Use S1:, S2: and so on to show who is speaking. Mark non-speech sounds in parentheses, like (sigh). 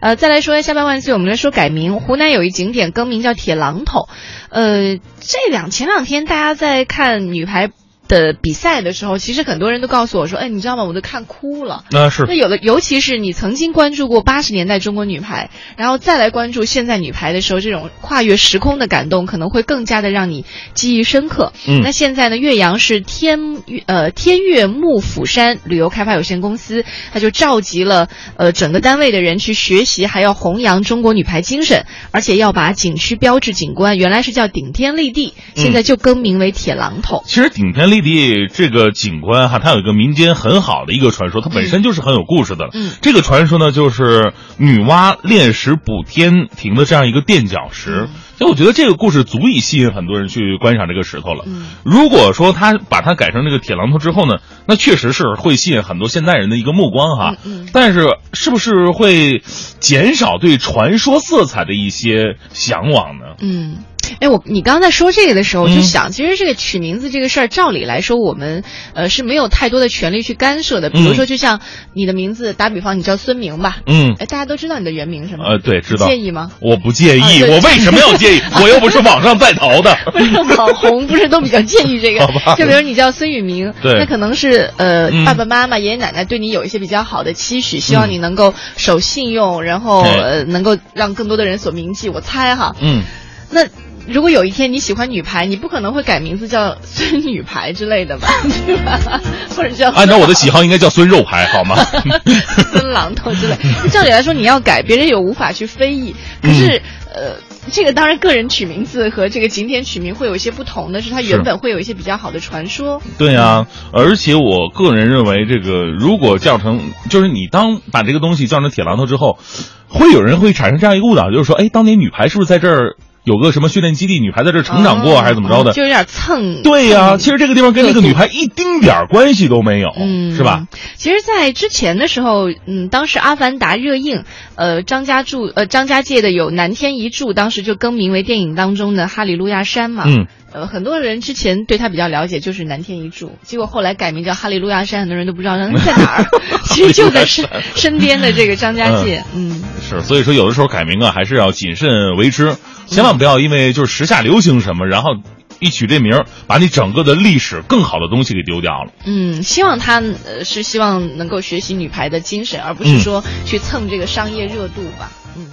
S1: 呃，再来说下半万岁，我们来说改名。湖南有一景点更名叫铁榔头，呃，这两前两天大家在看女排。的比赛的时候，其实很多人都告诉我说：“哎，你知道吗？我都看哭了。”
S2: 那啊是
S1: 那有的，尤其是你曾经关注过八十年代中国女排，然后再来关注现在女排的时候，这种跨越时空的感动可能会更加的让你记忆深刻。
S2: 嗯
S1: 那现在呢，岳阳市天呃天岳幕府山旅游开发有限公司，它就召集了呃整个单位的人去学习，还要弘扬中国女排精神，而且要把景区标志景观原来是叫顶天立地，现在就更名为铁榔头。
S2: 其实顶天立地这个景观哈，它有一个民间很好的一个传说，它本身就是很有故事的。
S1: 嗯
S2: 这个传说呢，就是女娲炼石补天庭的这样一个垫脚
S1: 嗯。
S2: 石所以我觉得这个故事足以吸引很多人去观赏这个石头了。
S1: 嗯
S2: 如果说他把它改成这个铁榔头之后呢，那确实是会吸引很多现代人的一个目光哈。
S1: 嗯嗯
S2: 但是是不是会减少对传说色彩的一些向往呢？
S1: 嗯，哎，我你刚才说这个的时候，我
S2: 嗯
S1: 就想，其实这个取名字这个事儿，照理来说，我们呃是没有太多的权利去干涉的。比如说，就像你的名字，打比方，你叫孙明吧，
S2: 嗯，
S1: 哎，大家都知道你的原名是吗？
S2: 呃，对，知道。
S1: 介意吗？ (laughs)
S2: 我不介意，
S1: 啊对
S2: 我为什么要
S1: (laughs)
S2: 介意？我又不是网上在逃的。
S1: 不是网红，不是都比较介意这个
S2: (laughs) 好吧？
S1: 就比如你叫孙宇明，
S2: 对
S1: 那可能是呃、
S2: 嗯
S1: 爸爸妈妈、爷爷奶奶对你有一些比较好的期许，希望你能够守信用，然后
S2: 对
S1: 呃能够让更多的人所铭记。我猜哈，
S2: 嗯，
S1: 那如果有一天你喜欢女排，你不可能会改名字叫孙女排之类的吧？对吧？ (laughs) 或者叫
S2: 按照我的喜好，应该叫孙肉排好
S1: (laughs)
S2: 吗？
S1: 孙榔头之类。照理来说，你要改，别人也无法去非议。可是，
S2: 嗯
S1: 呃，这个当然个人取名字和这个景点取名会有一些不同的是，它原本会有一些比较好的传说。
S2: 对啊，而且我个人认为，这个如果叫成，就是你当把这个东西叫成铁榔头之后，会有人会产生这样一个误导，就是说，哎，当年女排是不是在这儿有个什么训练基地？女排在这儿成长过，
S1: 哦
S2: 还是怎么着的？
S1: 就有点蹭。嗯
S2: 对呀、
S1: 蹭
S2: 其实这个地方跟这个女排一丁点儿关系都没有，
S1: 嗯，
S2: 哦是吧？？
S1: 其实，在之前的时候，嗯，当时《阿凡达》热映，呃，张家柱，呃，张家界的有南天一柱，当时就更名为电影当中的哈利路亚山嘛。
S2: 嗯，
S1: 呃，很多人之前对他比较了解，就是南天一柱，结果后来改名叫哈利路亚山，很多人都不知道那在哪儿，其实就在身身边的这个张家界。嗯
S2: 是，所以说有的时候改名啊，还是要谨慎为之，千万不要因为就是时下流行什么，然后一取这名儿，把你整个的历史更好的东西给丢掉了。
S1: 嗯，希望他呃是希望能够学习女排的精神，而不是
S2: 嗯
S1: 说去蹭这个商业热度吧。嗯